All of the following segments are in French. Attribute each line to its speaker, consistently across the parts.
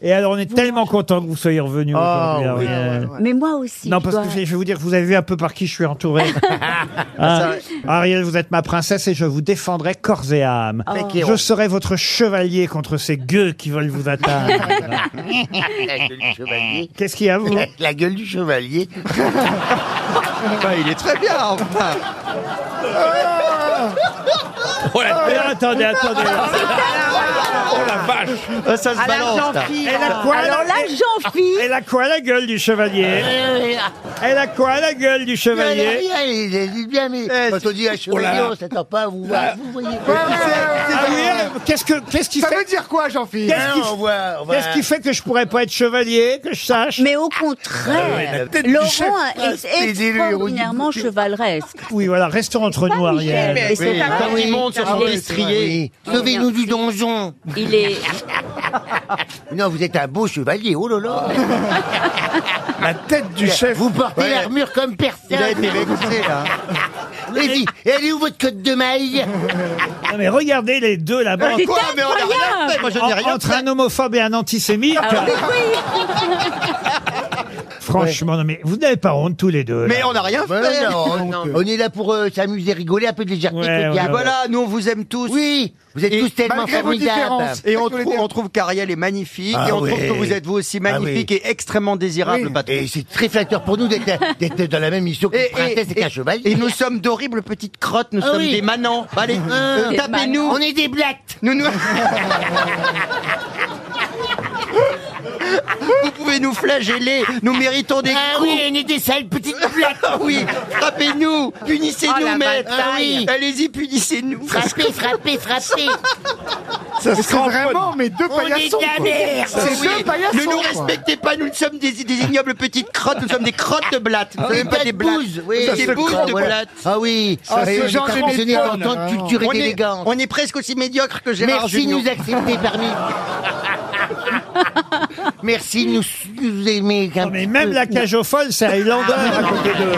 Speaker 1: Et alors, on est tellement content que vous soyez
Speaker 2: Oh,
Speaker 1: revenu
Speaker 3: Ah,
Speaker 1: aujourd'hui.
Speaker 3: oui.
Speaker 1: Ariel.
Speaker 4: Mais moi aussi.
Speaker 1: Non,
Speaker 4: je
Speaker 1: parce
Speaker 4: dois-
Speaker 1: que je vais- je vais vous dire que vous avez vu un peu par qui je suis entouré. Hein Ariel, vous êtes ma princesse et je vous défendrai corps et âme.
Speaker 4: Oh.
Speaker 3: Mec, héros.
Speaker 1: Je serai votre chevalier contre ces gueux qui veulent vous atteindre.
Speaker 3: La gueule du chevalier.
Speaker 1: Qu'est-ce qu'il y a, vous
Speaker 3: La, la gueule du chevalier.
Speaker 2: il est très bien, enfin.
Speaker 1: Mais Attendez, attendez.
Speaker 2: Euh, Ça
Speaker 3: Bah
Speaker 2: se balance, là.
Speaker 1: Elle a quoi, Ah,
Speaker 4: Alors
Speaker 1: la-
Speaker 4: là, Jean-Philippe,
Speaker 1: Elle a quoi la gueule du chevalier Elle a quoi la gueule du
Speaker 3: Euh,
Speaker 1: chevalier
Speaker 3: Dit bien, mais quand on dit un chevalier, on s'attend pas à vous voir. Vous voyez bah,
Speaker 1: Ah oui, euh, qu'est-ce que qu'est-ce qui fait
Speaker 5: dire quoi, Jean-Philippe
Speaker 1: qu'est-ce
Speaker 3: Hein,
Speaker 1: qui-
Speaker 3: on voit- on voit-
Speaker 1: Qu'est-ce qui fait que je pourrais pas être chevalier, que je sache
Speaker 4: mais au
Speaker 1: Ah,
Speaker 4: contraire, Laurent
Speaker 2: Ah,
Speaker 4: est extraordinairement chevaleresque.
Speaker 1: Oui, voilà, restons entre nous, Ariel.
Speaker 4: Et c'est pas
Speaker 3: Ah
Speaker 2: Quand
Speaker 4: vrai.
Speaker 2: il monte sur son
Speaker 4: Il est-
Speaker 2: destrier.
Speaker 3: Sauvez-nous du donjon.
Speaker 4: Il est.
Speaker 3: Non, vous êtes un beau chevalier, oh là là.
Speaker 5: La tête du chef.
Speaker 3: Vous portez l'armure comme
Speaker 2: Il a
Speaker 3: personne.
Speaker 2: été vexé, là.
Speaker 3: Allez-y, et elle est où votre cote de maille
Speaker 1: Non, mais regardez les deux là-bas.
Speaker 4: C'est
Speaker 2: Quoi Mais on n'a rien
Speaker 4: incroyable.
Speaker 2: fait. Ah Moi, Euh, je
Speaker 1: En-
Speaker 2: n'ai rien
Speaker 1: entre un homophobe et un antisémite.
Speaker 4: Ah,
Speaker 1: Franchement, non, mais vous n'avez pas honte tous les deux. là.
Speaker 2: Mais on n'a rien fait.
Speaker 3: Ben non, non. On est là pour euh, s'amuser, rigoler, un peu de légèreté
Speaker 1: Ouais,
Speaker 3: que le
Speaker 1: ouais,
Speaker 3: diable.
Speaker 1: ouais.
Speaker 2: Voilà, nous, on vous aime tous.
Speaker 3: Oui, vous êtes
Speaker 2: Et
Speaker 3: tous tellement
Speaker 5: malgré vos
Speaker 3: formidables.
Speaker 5: différences.
Speaker 2: Et on
Speaker 5: Tous les
Speaker 2: trouve,
Speaker 5: deux.
Speaker 2: on trouve qu'Ariel est magnifique
Speaker 3: Ah
Speaker 2: et on
Speaker 3: ouais.
Speaker 2: trouve que vous êtes vous aussi
Speaker 3: Ah
Speaker 2: magnifique et extrêmement désirable, patron.
Speaker 3: Et c'est très flatteur pour nous d'être d'être dans la même mission qu'une princesse et, qu'un chevalier.
Speaker 2: et nous sommes d'horribles petites crottes, nous
Speaker 3: Ah
Speaker 2: sommes
Speaker 3: oui.
Speaker 2: des manants. Allez, euh,
Speaker 4: Des
Speaker 2: tapez-nous.
Speaker 3: on est des blattes
Speaker 2: Nous, nous- Vous pouvez nous flageller, nous méritons des
Speaker 3: Ah
Speaker 2: coups.
Speaker 3: oui, on est des sales petites blattes
Speaker 2: Ah oui, frappez-nous, punissez-nous,
Speaker 4: la
Speaker 2: maître.
Speaker 3: bataille.
Speaker 2: Ah oui, Allez-y, punissez-nous.
Speaker 3: Frappez, frappez, frappez
Speaker 5: Ça serait vraiment mes deux
Speaker 3: On est de
Speaker 5: paillassons.
Speaker 3: la
Speaker 5: quoi.
Speaker 3: merde
Speaker 5: C'est
Speaker 2: Ah oui,
Speaker 5: deux paillassons.
Speaker 2: Ne nous
Speaker 5: quoi.
Speaker 2: respectez pas, nous ne sommes des, des ignobles petites crottes, nous sommes des crottes de blattes.
Speaker 3: Ah
Speaker 2: Nous ne sommes pas des blattes.
Speaker 3: bouses, oui.
Speaker 2: Des bouses de blattes.
Speaker 3: Ah oui,
Speaker 5: Ah,
Speaker 3: c'est
Speaker 5: ce genre de
Speaker 3: passionné en
Speaker 5: méthode,
Speaker 3: tant
Speaker 5: là,
Speaker 3: que
Speaker 5: vraiment.
Speaker 3: culture
Speaker 2: On
Speaker 3: et
Speaker 2: est,
Speaker 3: d'élégance.
Speaker 2: on est presque aussi médiocre que Gérard
Speaker 3: Merci de
Speaker 2: Jugnot.
Speaker 3: nous accepter parmi Merci de nous nous aimer.
Speaker 1: Non, mais même la cage aux folles, c'est Highlander à côté de.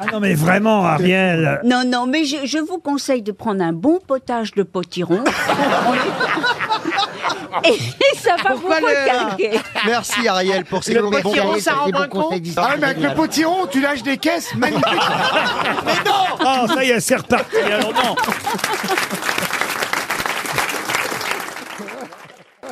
Speaker 1: Ah non, mais vraiment, Ariel.
Speaker 4: Non, non, mais je, je vous conseille de prendre un bon potage de potiron. Et ça va
Speaker 2: Pourquoi
Speaker 4: vous
Speaker 2: le-
Speaker 4: recarguer.
Speaker 2: Merci Ariel pour ces
Speaker 3: Le
Speaker 2: bons
Speaker 3: potiron,
Speaker 2: conseils.
Speaker 3: ça rend un con.
Speaker 5: Ah, mais avec le potiron, tu lâches des caisses magnifiques.
Speaker 1: Oh, ça y est, c'est reparti. Alors non.